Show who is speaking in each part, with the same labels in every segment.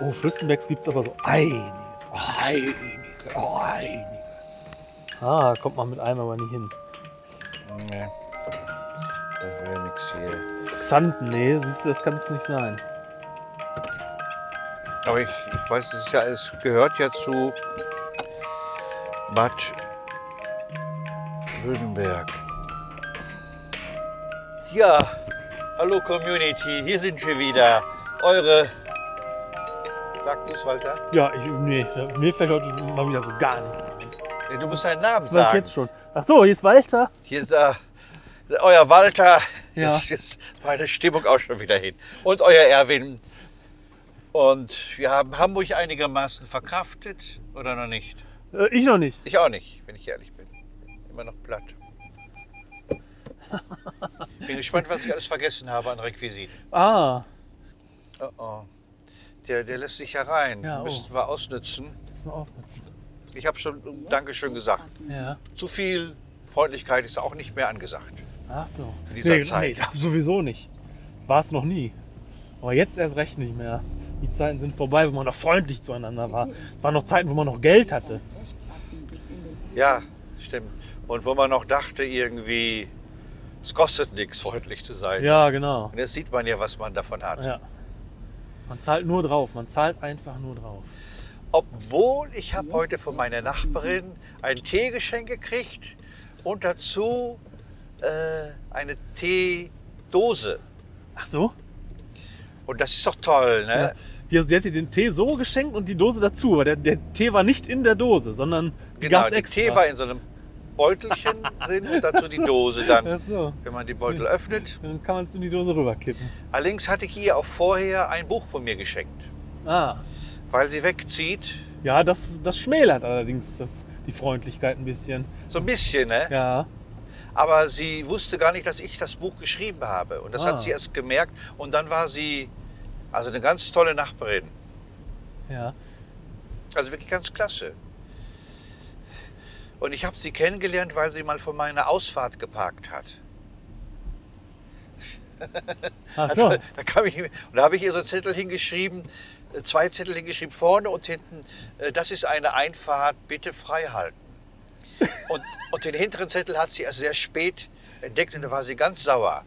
Speaker 1: Oh, Flüssenbecks gibt es aber so einiges. Oh,
Speaker 2: Ei,
Speaker 1: oh, einige. Ah, kommt man mit einem aber nicht hin.
Speaker 2: nee. Das wäre nix hier.
Speaker 1: Xanten, nee, siehst du, das kann es nicht sein.
Speaker 2: Aber ich, ich weiß, es ist ja, es gehört ja zu Bad Württemberg. Ja, hallo Community, hier sind wir wieder. Eure. Sagt es, Walter?
Speaker 1: Ja, ich, nee, mir fällt heute mal wieder so gar nichts ein.
Speaker 2: Ja, Du musst deinen Namen
Speaker 1: Was
Speaker 2: sagen.
Speaker 1: jetzt schon? Ach so, hier ist Walter.
Speaker 2: Hier ist äh, euer Walter.
Speaker 1: Ja.
Speaker 2: Jetzt ist meine Stimmung auch schon wieder hin. Und euer Erwin. Und wir haben Hamburg einigermaßen verkraftet oder noch nicht?
Speaker 1: Äh, ich noch nicht.
Speaker 2: Ich auch nicht, wenn ich ehrlich bin. Immer noch platt. Bin gespannt, was ich alles vergessen habe an Requisiten.
Speaker 1: Ah,
Speaker 2: Oh oh. Der, der lässt sich herein.
Speaker 1: Ja, oh.
Speaker 2: Müssten wir ausnützen.
Speaker 1: das ist ein Ausnutzen.
Speaker 2: Ich habe schon Dankeschön gesagt.
Speaker 1: Ja.
Speaker 2: Zu viel Freundlichkeit ist auch nicht mehr angesagt.
Speaker 1: Ach so.
Speaker 2: In dieser
Speaker 1: nee,
Speaker 2: Zeit.
Speaker 1: Nee, sowieso nicht. War es noch nie. Aber jetzt erst recht nicht mehr. Die Zeiten sind vorbei, wo man noch freundlich zueinander war. Es waren noch Zeiten, wo man noch Geld hatte.
Speaker 2: Ja, stimmt. Und wo man noch dachte, irgendwie, es kostet nichts, freundlich zu sein.
Speaker 1: Ja, genau.
Speaker 2: Und jetzt sieht man ja, was man davon hat.
Speaker 1: Ja. Man zahlt nur drauf. Man zahlt einfach nur drauf.
Speaker 2: Obwohl ich habe heute von meiner Nachbarin ein Teegeschenk gekriegt und dazu äh, eine Teedose.
Speaker 1: Ach so?
Speaker 2: Und das ist doch toll, ne?
Speaker 1: Die, die hat dir den Tee so geschenkt und die Dose dazu. Aber der, der Tee war nicht in der Dose, sondern die
Speaker 2: Genau,
Speaker 1: gab's
Speaker 2: der
Speaker 1: extra.
Speaker 2: Tee war in so einem Beutelchen drin und dazu die Dose
Speaker 1: Ach
Speaker 2: dann,
Speaker 1: so.
Speaker 2: wenn man die Beutel öffnet.
Speaker 1: Dann kann man es in die Dose rüberkippen.
Speaker 2: Allerdings hatte ich ihr auch vorher ein Buch von mir geschenkt,
Speaker 1: Ah.
Speaker 2: weil sie wegzieht.
Speaker 1: Ja, das, das schmälert allerdings das, die Freundlichkeit ein bisschen.
Speaker 2: So ein bisschen, ne?
Speaker 1: Ja.
Speaker 2: Aber sie wusste gar nicht, dass ich das Buch geschrieben habe. Und das
Speaker 1: Ah.
Speaker 2: hat sie erst gemerkt. Und dann war sie also eine ganz tolle Nachbarin.
Speaker 1: Ja.
Speaker 2: Also wirklich ganz klasse. Und ich habe sie kennengelernt, weil sie mal vor meiner Ausfahrt geparkt hat.
Speaker 1: Ach
Speaker 2: Also,
Speaker 1: so.
Speaker 2: da kam ich, und da habe ich ihr so Zettel hingeschrieben, äh, zwei Zettel hingeschrieben, vorne und hinten, äh, das ist eine Einfahrt, bitte frei halten. Und, und den hinteren Zettel hat sie erst sehr spät entdeckt und da war sie ganz sauer.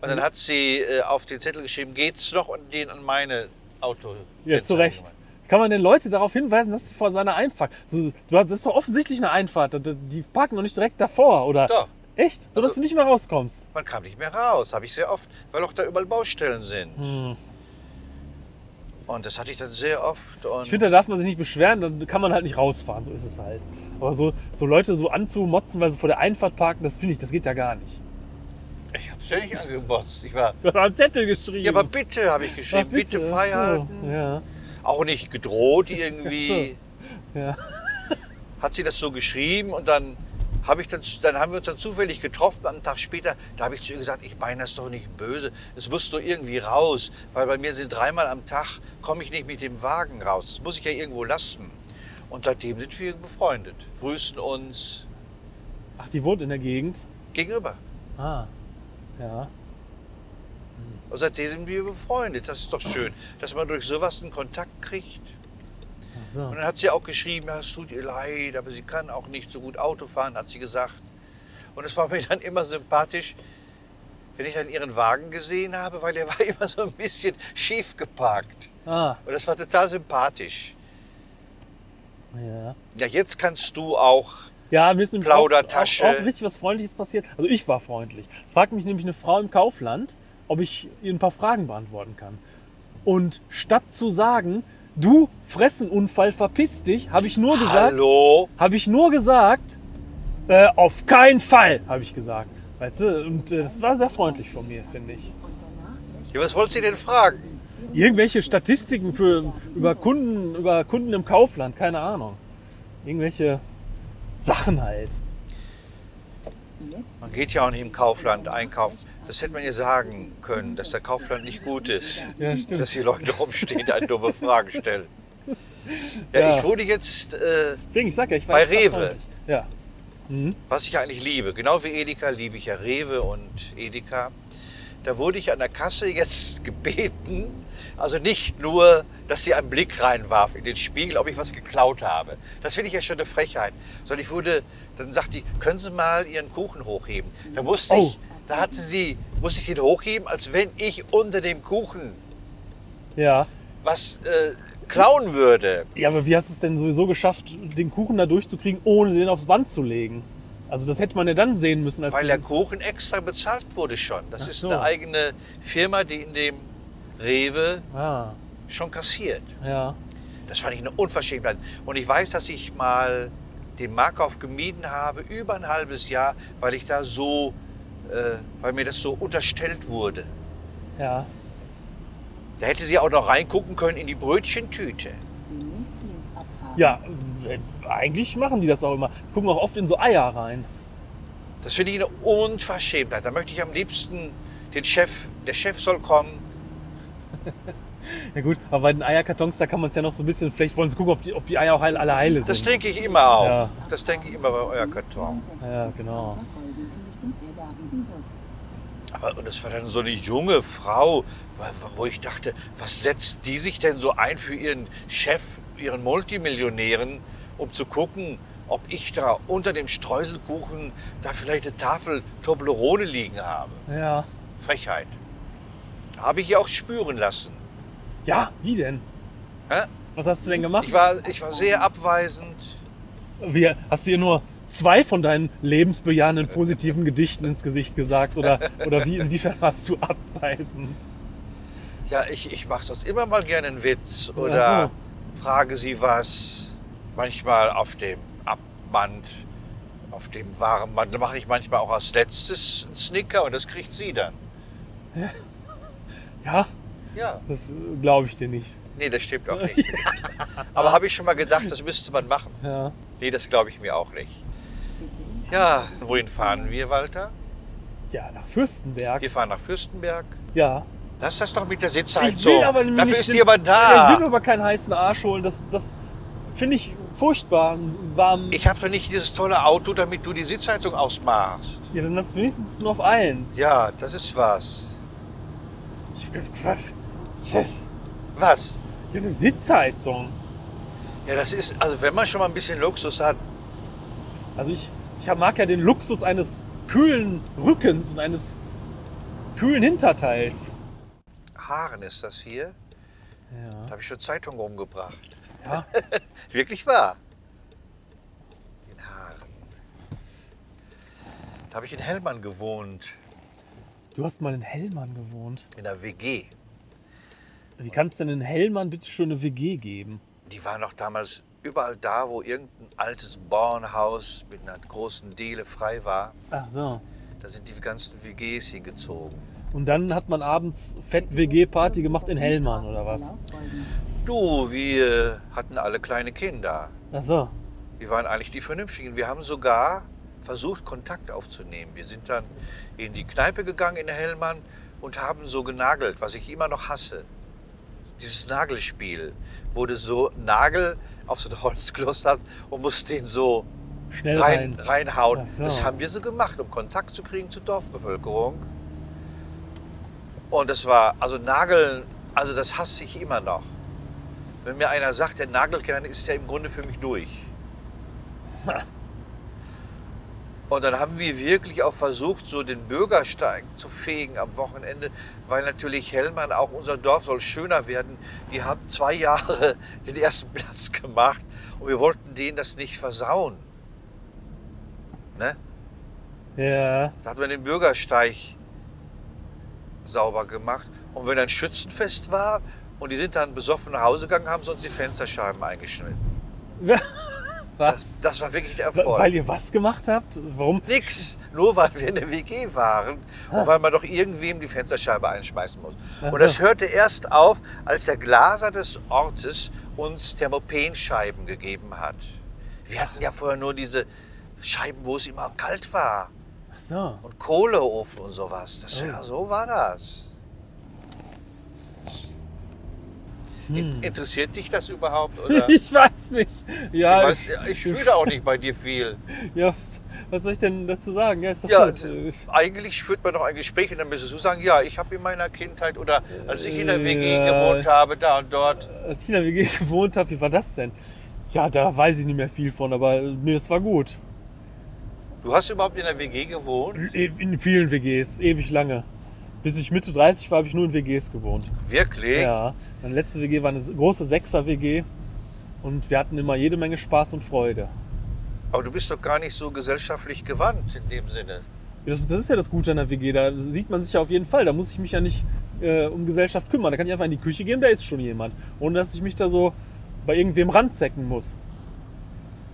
Speaker 2: Und
Speaker 1: Mhm.
Speaker 2: dann hat sie äh, auf den Zettel geschrieben, geht's noch und den an meine Auto.
Speaker 1: Ja, zu Recht. Kann man denn Leute darauf hinweisen, dass sie vor seiner Einfahrt. So, du hast- Das ist doch offensichtlich eine Einfahrt. Die- Die parken doch nicht direkt davor, oder?
Speaker 2: Doch. Also
Speaker 1: Echt? So dass du nicht mehr rauskommst.
Speaker 2: Man kam nicht mehr raus, habe ich sehr oft, weil auch da überall Baustellen sind.
Speaker 1: Mhm.
Speaker 2: Und das hatte ich dann sehr oft. Und
Speaker 1: Ich finde, da darf man sich nicht beschweren, dann kann man halt nicht rausfahren, so ist es halt. Aber so, so Leute so anzumotzen, weil sie vor der Einfahrt parken, das finde ich, das geht ja gar nicht.
Speaker 2: ich habe es ja nicht angebotzt. Ich war,
Speaker 1: Du hast einen Zettel geschrieben.
Speaker 2: ja, aber bitte, habe ich
Speaker 1: Ach,
Speaker 2: geschrieben, bitte,
Speaker 1: ach so.
Speaker 2: frei halten.
Speaker 1: Ja.
Speaker 2: Auch nicht gedroht irgendwie.
Speaker 1: Ja.
Speaker 2: Hat sie das so geschrieben und dann, hab ich dann, dann haben wir uns dann zufällig getroffen am Tag später. Da habe ich zu ihr gesagt, ich meine das doch nicht böse. Es muss nur irgendwie raus, weil bei mir sind dreimal am Tag, komme ich nicht mit dem Wagen raus. Das muss ich ja irgendwo lassen. Und seitdem sind wir befreundet, grüßen uns
Speaker 1: Ach, die wohnt in der Gegend.
Speaker 2: gegenüber.
Speaker 1: Ah. Ja.
Speaker 2: Und seitdem sind wir befreundet. Das ist doch schön, dass man durch sowas einen Kontakt kriegt.
Speaker 1: Ach so.
Speaker 2: Und dann hat sie auch geschrieben, ja, es tut ihr leid, aber sie kann auch nicht so gut Auto fahren, hat sie gesagt. Und es war mir dann immer sympathisch, wenn ich dann ihren Wagen gesehen habe, weil der war immer so ein bisschen schief geparkt.
Speaker 1: Ah.
Speaker 2: Und das war total sympathisch.
Speaker 1: Ja.
Speaker 2: Ja, jetzt kannst du auch.
Speaker 1: Ja, mir ist nämlich auch,
Speaker 2: Plaudertasche.
Speaker 1: auch, auch richtig was Freundliches passiert. Also ich war freundlich. Fragt mich nämlich eine Frau im Kaufland, ob ich ihr ein paar Fragen beantworten kann. Und statt zu sagen, du Fressenunfall, verpiss dich, habe ich nur gesagt,
Speaker 2: Hallo?
Speaker 1: habe ich nur gesagt, äh, auf keinen Fall, habe ich gesagt. Weißt du, und äh, das war sehr freundlich von mir, finde ich.
Speaker 2: Ja, was wollt ihr denn fragen?
Speaker 1: Irgendwelche Statistiken für, über, Kunden, über Kunden im Kaufland, keine Ahnung. Irgendwelche Sachen halt.
Speaker 2: Man geht ja auch nicht im Kaufland einkaufen. Das hätte man ihr sagen können, dass der Kaufland nicht gut ist.
Speaker 1: Ja, stimmt.
Speaker 2: Dass hier Leute rumstehen, die einen dumme Fragen stellen. Ja,
Speaker 1: Ja.
Speaker 2: ich wurde jetzt. Äh,
Speaker 1: Deswegen, ich sag ja, ich war
Speaker 2: Bei
Speaker 1: jetzt fast
Speaker 2: Rewe.
Speaker 1: freundlich. Ja.
Speaker 2: was ich ja eigentlich liebe, genau wie Edeka liebe ich ja Rewe und Edeka. Da wurde ich an der Kasse jetzt gebeten, Also nicht nur, dass sie einen Blick reinwarf in den Spiegel, ob ich was geklaut habe. Das finde ich ja schon eine Frechheit. Sondern ich wurde, dann sagt die, können Sie mal Ihren Kuchen hochheben. Da musste
Speaker 1: Oh.
Speaker 2: ich, da hatte sie, musste ich ihn hochheben, als wenn ich unter dem Kuchen
Speaker 1: Ja.
Speaker 2: was äh, klauen würde.
Speaker 1: Ja, aber wie hast du es denn sowieso geschafft, den Kuchen da durchzukriegen, ohne den aufs Band zu legen? Also das hätte man ja dann sehen müssen. Als
Speaker 2: Weil der Kuchen extra bezahlt wurde schon. Das ist
Speaker 1: so.
Speaker 2: eine eigene Firma, die in dem Rewe
Speaker 1: ah,
Speaker 2: schon kassiert.
Speaker 1: ja.
Speaker 2: Das fand ich eine Unverschämtheit. Und ich weiß, dass ich mal den Markauf gemieden habe, über ein halbes Jahr, weil ich da so, äh, weil mir das so unterstellt wurde.
Speaker 1: Ja.
Speaker 2: Da hätte sie auch noch reingucken können in die Brötchentüte.
Speaker 3: Demnächst links abfahren.
Speaker 1: Ja, äh, eigentlich machen die das auch immer. Die gucken auch oft in so Eier rein.
Speaker 2: Das finde ich eine Unverschämtheit. Da möchte ich am liebsten den Chef, der Chef soll kommen.
Speaker 1: Ja gut, aber bei den Eierkartons, da kann man es ja noch so ein bisschen, vielleicht wollen sie gucken, ob die, ob die Eier auch heil, alle heile sind.
Speaker 2: Das trinke ich immer auch.
Speaker 1: Ja.
Speaker 2: Das denke ich immer bei euer Karton.
Speaker 1: Ja, genau.
Speaker 2: Aber und das war dann so eine junge Frau, wo- wo ich dachte, was setzt die sich denn so ein für ihren Chef, ihren Multimillionären, um zu gucken, ob ich da unter dem Streuselkuchen da vielleicht eine Tafel Toblerone liegen habe.
Speaker 1: Ja.
Speaker 2: Frechheit. Habe ich ihr auch spüren lassen.
Speaker 1: Ja, wie denn?
Speaker 2: Hä?
Speaker 1: Was hast du denn gemacht?
Speaker 2: Ich war, ich war sehr abweisend.
Speaker 1: Wie, hast du ihr nur zwei von deinen lebensbejahenden positiven Gedichten ins Gesicht gesagt? Oder, oder wie, inwiefern warst du abweisend?
Speaker 2: Ja, ich, ich mache sonst immer mal gerne einen Witz
Speaker 1: Ach
Speaker 2: oder frage sie was. Manchmal auf dem Abband, auf dem wahren Band. Da mache ich manchmal auch als letztes einen Snicker und das kriegt sie dann.
Speaker 1: Ja,
Speaker 2: Ja,
Speaker 1: das glaube ich dir nicht.
Speaker 2: nee, das stimmt auch nicht. Aber habe ich schon mal gedacht, das müsste man machen.
Speaker 1: Ja.
Speaker 2: Nee, das glaube ich mir auch nicht. Ja, wohin fahren wir, Walter?
Speaker 1: Ja, nach Fürstenberg.
Speaker 2: Wir fahren nach Fürstenberg.
Speaker 1: Ja.
Speaker 2: Lass das doch mit der
Speaker 1: Ich will
Speaker 2: Sitzheizung.
Speaker 1: aber nämlich
Speaker 2: Dafür
Speaker 1: nicht
Speaker 2: ist
Speaker 1: den-
Speaker 2: die aber
Speaker 1: Ich will mir
Speaker 2: da.
Speaker 1: aber keinen heißen Arsch holen. Das, das finde ich furchtbar. Einen Warmen.
Speaker 2: Ich habe doch nicht dieses tolle Auto, damit du die Sitzheizung ausmachst.
Speaker 1: ja, dann hast du wenigstens nur auf eins.
Speaker 2: Ja, das ist was.
Speaker 1: Ich, Quatsch. yes.
Speaker 2: Was?
Speaker 1: Ja, eine Sitzheizung.
Speaker 2: Ja, das ist, also wenn man schon mal ein bisschen Luxus hat,
Speaker 1: Also ich, ich mag ja den Luxus eines kühlen Rückens und eines kühlen Hinterteils.
Speaker 2: Haaren ist das hier,
Speaker 1: Ja.
Speaker 2: da habe ich schon Zeitung rumgebracht.
Speaker 1: Ja.
Speaker 2: Wirklich wahr. In Haaren. Da habe ich in Hellmann gewohnt,
Speaker 1: Du hast mal in Hellmann gewohnt.
Speaker 2: in der WG.
Speaker 1: Wie kannst denn in Hellmann bitte schon eine WG geben?
Speaker 2: Die waren noch damals überall da, wo irgendein altes Bauernhaus mit einer großen Diele frei war.
Speaker 1: Ach so.
Speaker 2: Da sind die ganzen WGs hingezogen.
Speaker 1: Und dann hat man abends Fett-WG-Party gemacht in Hellmann oder was?
Speaker 2: Du, wir hatten alle kleine Kinder.
Speaker 1: Ach so.
Speaker 2: Wir waren eigentlich die Vernünftigen. Wir haben sogar versucht, Kontakt aufzunehmen. Wir sind dann in die Kneipe gegangen in Hellmann und haben so genagelt, was ich immer noch hasse. Dieses Nagelspiel, wo du so einen Nagel auf so einen Holzkloss hast und musst den so
Speaker 1: Schnell
Speaker 2: rein,
Speaker 1: rein.
Speaker 2: reinhauen.
Speaker 1: Ach so.
Speaker 2: Das haben wir so gemacht, um Kontakt zu kriegen zur Dorfbevölkerung. Und das war, also Nageln, also das hasse ich immer noch. Wenn mir einer sagt, der Nagelkern ist ja im Grunde für mich durch.
Speaker 1: Ha.
Speaker 2: Und dann haben wir wirklich auch versucht, so den Bürgersteig zu fegen am Wochenende, weil natürlich Hellmann, auch unser Dorf soll schöner werden. Die haben zwei Jahre den ersten Platz gemacht und wir wollten denen das nicht versauen. Ne?
Speaker 1: Ja.
Speaker 2: Da hat man den Bürgersteig sauber gemacht. Und wenn ein Schützenfest war und die sind dann besoffen nach Hause gegangen, haben sie uns die Fensterscheiben eingeschnitten. Das,
Speaker 1: Was?
Speaker 2: das war wirklich der Erfolg.
Speaker 1: Weil ihr was gemacht habt? Warum?
Speaker 2: Nix, nur weil wir in der WG waren und weil man doch irgendwem die Fensterscheibe einschmeißen muss.
Speaker 1: Ah. Ach
Speaker 2: Und das
Speaker 1: so.
Speaker 2: hörte erst auf, als der Glaser des Ortes uns Thermopenscheiben gegeben hat. Wir hatten ja vorher nur diese Scheiben, wo es immer kalt war
Speaker 1: Ach so.
Speaker 2: und Kohleofen und
Speaker 1: Oh.
Speaker 2: sowas. Das, ja, so war das.
Speaker 1: Hm.
Speaker 2: In- Interessiert dich das überhaupt? Oder?
Speaker 1: Ich weiß nicht.
Speaker 2: Ich,
Speaker 1: Ja,
Speaker 2: weiß, ich spüre auch nicht bei dir viel.
Speaker 1: ja was, was soll ich denn dazu sagen? Ja, ist doch
Speaker 2: Ja,
Speaker 1: gut. Äh,
Speaker 2: eigentlich führt man doch ein Gespräch und dann müsstest du sagen, ja, ich habe in meiner Kindheit oder als ich in der WG
Speaker 1: Ja.
Speaker 2: gewohnt habe, da und dort.
Speaker 1: Als ich in der WG gewohnt habe, wie war das denn? Ja, da weiß ich nicht mehr viel von, aber äh, nee, das war gut.
Speaker 2: Du hast überhaupt in der WG gewohnt?
Speaker 1: E- In vielen WGs, ewig lange. Bis ich Mitte 30 war, habe ich nur in WGs gewohnt.
Speaker 2: Wirklich?
Speaker 1: Ja, meine letzte WG war eine große Sechser-WG und wir hatten immer jede Menge Spaß und Freude.
Speaker 2: Aber du bist doch gar nicht so gesellschaftlich gewandt in dem Sinne.
Speaker 1: Das, das ist ja das Gute an der WG, da sieht man sich ja auf jeden Fall. Da muss ich mich ja nicht äh, um Gesellschaft kümmern. Da kann ich einfach in die Küche gehen, da ist schon jemand. Ohne dass ich mich da so bei irgendwem ranzecken muss.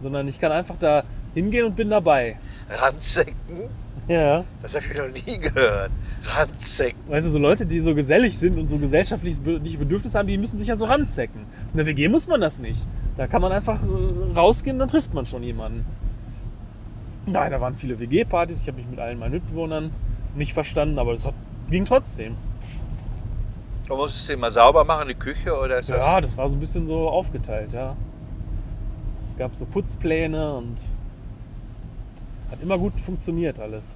Speaker 1: Sondern ich kann einfach da hingehen und bin dabei.
Speaker 2: Ranzecken?
Speaker 1: Ja.
Speaker 2: Das habe ich noch nie gehört. Ranzecken.
Speaker 1: Weißt du, so Leute, die so gesellig sind und so gesellschaftliche Be- nicht Bedürfnisse haben, die müssen sich ja so ranzecken. In der WG muss man das nicht. Da kann man einfach äh, rausgehen, dann trifft man schon jemanden. Nein, da waren viele WG-Partys. Ich habe mich mit allen meinen Mitbewohnern nicht verstanden, aber es hat, ging trotzdem.
Speaker 2: Du musstest du immer sauber machen, die Küche oder ist das?
Speaker 1: Ja, das war so ein bisschen so aufgeteilt, ja. Es gab so Putzpläne und hat immer gut funktioniert alles.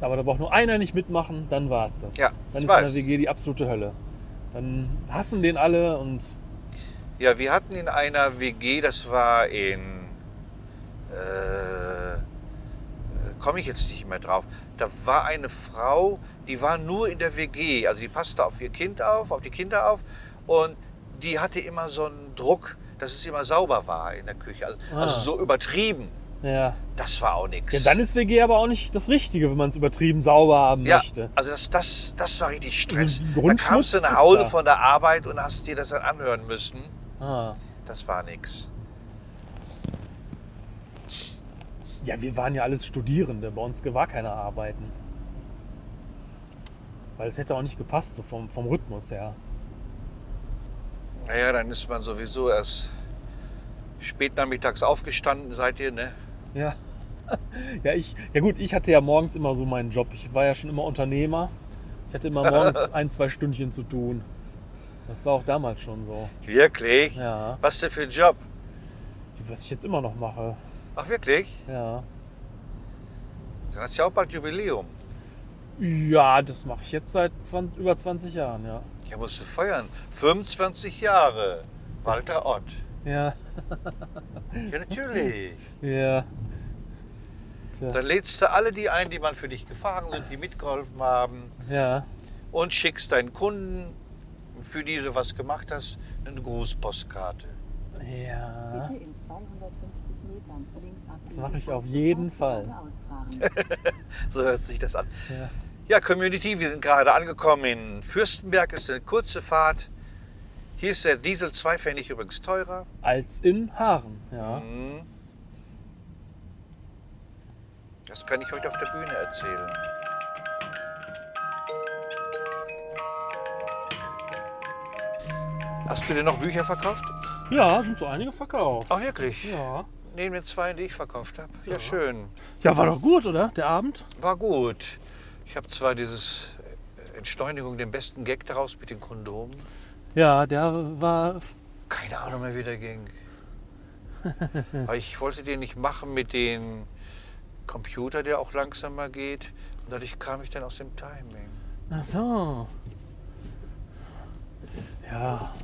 Speaker 1: Aber da braucht nur einer nicht mitmachen, dann war es das.
Speaker 2: Ja,
Speaker 1: dann
Speaker 2: ich
Speaker 1: ist in
Speaker 2: weiß.
Speaker 1: der WG die absolute Hölle. Dann hassen den alle und
Speaker 2: Ja, wir hatten in einer WG, das war in. Äh, Komme ich jetzt nicht mehr drauf. Da war eine Frau, die war nur in der WG. Also die passte auf ihr Kind auf, auf die Kinder auf. Und die hatte immer so einen Druck, dass es immer sauber war in der Küche. Also,
Speaker 1: Ah.
Speaker 2: also so übertrieben.
Speaker 1: ja.
Speaker 2: Das war auch nichts.
Speaker 1: ja. Dann ist WG aber auch nicht das Richtige, wenn man es übertrieben sauber haben
Speaker 2: Ja,
Speaker 1: möchte.
Speaker 2: also das, das, das war richtig Stress.
Speaker 1: Also ein
Speaker 2: da
Speaker 1: Grundschmutz
Speaker 2: kamst du nach
Speaker 1: ist
Speaker 2: Hause
Speaker 1: da.
Speaker 2: von der Arbeit und hast dir das dann anhören müssen.
Speaker 1: Ah.
Speaker 2: Das war nichts.
Speaker 1: Ja, wir waren ja alles Studierende. Bei uns war keiner arbeiten. Weil es hätte auch nicht gepasst, so vom, vom Rhythmus her.
Speaker 2: Naja, dann ist man sowieso erst spät nachmittags aufgestanden, seid ihr, ne?
Speaker 1: Ja. Ja, ich, ja gut, ich hatte ja morgens immer so meinen Job. Ich war ja schon immer Unternehmer. Ich hatte immer morgens ein, zwei Stündchen zu tun. Das war auch damals schon so.
Speaker 2: Wirklich?
Speaker 1: Ja.
Speaker 2: Was denn für ein Job?
Speaker 1: Was ich jetzt immer noch mache.
Speaker 2: Ach wirklich?
Speaker 1: Ja.
Speaker 2: Dann hast du ja auch bald Jubiläum.
Speaker 1: Ja, das mache ich jetzt seit 20, über 20 Jahren, ja.
Speaker 2: Ja, musst du feiern. 25 Jahre. Walter Ott.
Speaker 1: Ja.
Speaker 2: Ja, natürlich.
Speaker 1: Ja.
Speaker 2: Dann lädst du alle die ein, die man für dich gefahren sind, die mitgeholfen haben.
Speaker 1: Ja.
Speaker 2: und schickst deinen Kunden, für die du was gemacht hast, eine Grußpostkarte.
Speaker 1: Ja.
Speaker 3: Bitte in 250 Metern links abbiegen.
Speaker 1: Das mache ich
Speaker 3: und
Speaker 1: auf
Speaker 3: zur
Speaker 1: jeden Fall.
Speaker 3: Parkanlage ausfahren.
Speaker 2: So hört sich das an.
Speaker 1: Ja.
Speaker 2: Ja, Community, wir sind gerade angekommen in Fürstenberg, ist eine kurze Fahrt. Hier ist der Diesel 2 Pfennig übrigens teurer.
Speaker 1: Als in Haaren, ja.
Speaker 2: Hm. Das kann ich heute auf der Bühne erzählen. Hast du denn noch Bücher verkauft?
Speaker 1: Ja, sind so einige verkauft.
Speaker 2: Ach wirklich?
Speaker 1: Ja.
Speaker 2: Neben den zwei, die ich verkauft habe. ja schön.
Speaker 1: Ja, war doch gut, oder? Der Abend?
Speaker 2: War gut. Ich habe zwar dieses äh, Entschleunigung, den besten Gag daraus mit den Kondomen.
Speaker 1: Ja, der war.
Speaker 2: Keine Ahnung mehr, wie der ging. Aber ich wollte den nicht machen mit dem Computer, der auch langsamer geht. Und dadurch kam ich dann aus dem Timing.
Speaker 1: Ach so. Ja,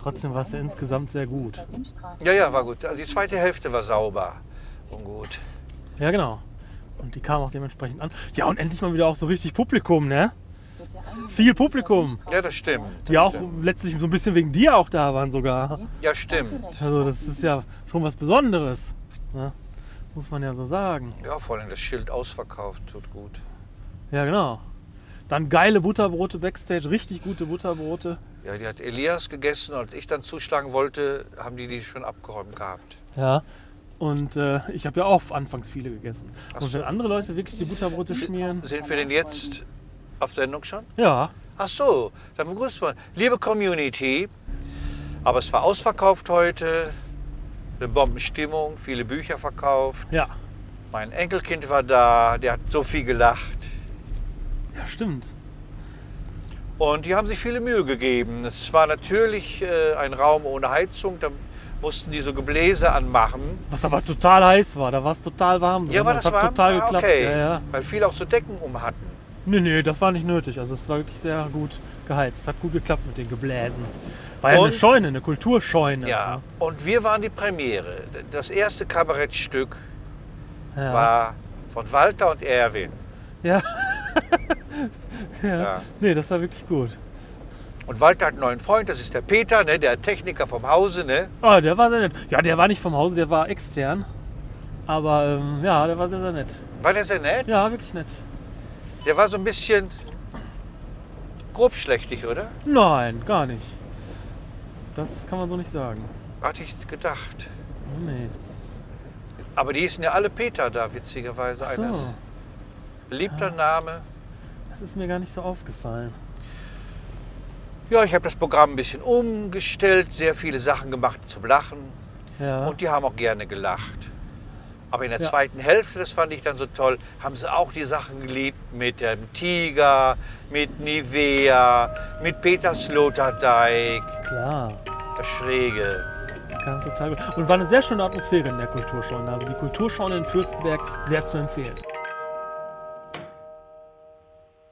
Speaker 1: trotzdem war es ja insgesamt sehr gut.
Speaker 3: Im Straßen-
Speaker 2: Ja, ja, war gut. Also die zweite Hälfte war sauber und gut.
Speaker 1: Ja, genau. Und die kam auch dementsprechend an. Ja, und endlich mal wieder auch so richtig Publikum, ne?
Speaker 3: Bitte einbiegen
Speaker 1: Viel Publikum.
Speaker 2: Ja, das stimmt.
Speaker 1: Die auch letztlich so ein bisschen wegen dir auch da waren sogar.
Speaker 2: Ja, stimmt.
Speaker 1: Also das ist ja schon was Besonderes. Ne? Muss man ja so sagen.
Speaker 2: Ja, vor allem das Schild ausverkauft tut gut.
Speaker 1: Ja, genau. Dann geile Butterbrote backstage, richtig gute Butterbrote.
Speaker 2: Ja, die hat Elias gegessen und als ich dann zuschlagen wollte, haben die die schon abgeräumt gehabt.
Speaker 1: Ja. Und äh, ich habe ja auch anfangs viele gegessen.
Speaker 2: Ach
Speaker 1: Und
Speaker 2: so.
Speaker 1: wenn andere Leute wirklich die Butterbrote schmieren,
Speaker 2: Sind wir denn jetzt auf Sendung schon?
Speaker 1: ja,
Speaker 2: Ach so, dann begrüßt man. Liebe Community, aber es war ausverkauft heute, eine Bombenstimmung, viele Bücher verkauft.
Speaker 1: ja,
Speaker 2: Mein Enkelkind war da, der hat so viel gelacht.
Speaker 1: ja, stimmt.
Speaker 2: Und die haben sich viele Mühe gegeben. Es war natürlich äh, ein Raum ohne Heizung, da mussten die so Gebläse anmachen.
Speaker 1: Was aber total heiß war, da war es total warm.
Speaker 2: Ja,
Speaker 1: drin.
Speaker 2: war das,
Speaker 1: hat
Speaker 2: warm?
Speaker 1: total
Speaker 2: ah,
Speaker 1: geklappt.
Speaker 2: okay.
Speaker 1: Ja, ja.
Speaker 2: Weil viele auch zu Decken um hatten.
Speaker 1: Nee, nee, das war nicht nötig. Also es war wirklich sehr gut geheizt. Es hat gut geklappt mit den Gebläsen. War ja eine
Speaker 2: Und-
Speaker 1: Scheune, eine Kulturscheune.
Speaker 2: Ja, und wir waren die Premiere. Das erste Kabarettstück
Speaker 1: Ja.
Speaker 2: war von Walter und Erwin.
Speaker 1: Ja.
Speaker 2: Ja.
Speaker 1: Nee, das war wirklich gut.
Speaker 2: Und Walter hat einen neuen Freund, das ist der Peter, ne, der Techniker vom Hause. Ne?
Speaker 1: Ah, der war sehr nett. Ja, der war nicht vom Hause, der war extern. Aber ähm, ja, der war sehr, sehr nett.
Speaker 2: War der sehr nett?
Speaker 1: Ja, wirklich nett.
Speaker 2: Der war so ein bisschen grobschlächtig, oder?
Speaker 1: Nein, gar nicht. Das kann man so nicht sagen. Oh,
Speaker 2: Hatte ich gedacht.
Speaker 1: Nee.
Speaker 2: Aber die hießen ja alle Peter da, witzigerweise.
Speaker 1: So,
Speaker 2: Eines beliebter Name.
Speaker 1: das ist mir gar nicht so aufgefallen.
Speaker 2: Ja, ich habe das Programm ein bisschen umgestellt, sehr viele Sachen gemacht zum Lachen.
Speaker 1: Ja.
Speaker 2: Und die haben auch gerne gelacht. Aber in der
Speaker 1: Ja.
Speaker 2: zweiten Hälfte, das fand ich dann so toll, haben sie auch die Sachen geliebt mit dem Tiger, mit Nivea, mit Peter Sloterdijk,
Speaker 1: Klar.
Speaker 2: das Schräge.
Speaker 1: Das kam total gut. Und war eine sehr schöne Atmosphäre in der Kulturscheune. Also die Kulturscheune in Fürstenberg sehr zu empfehlen.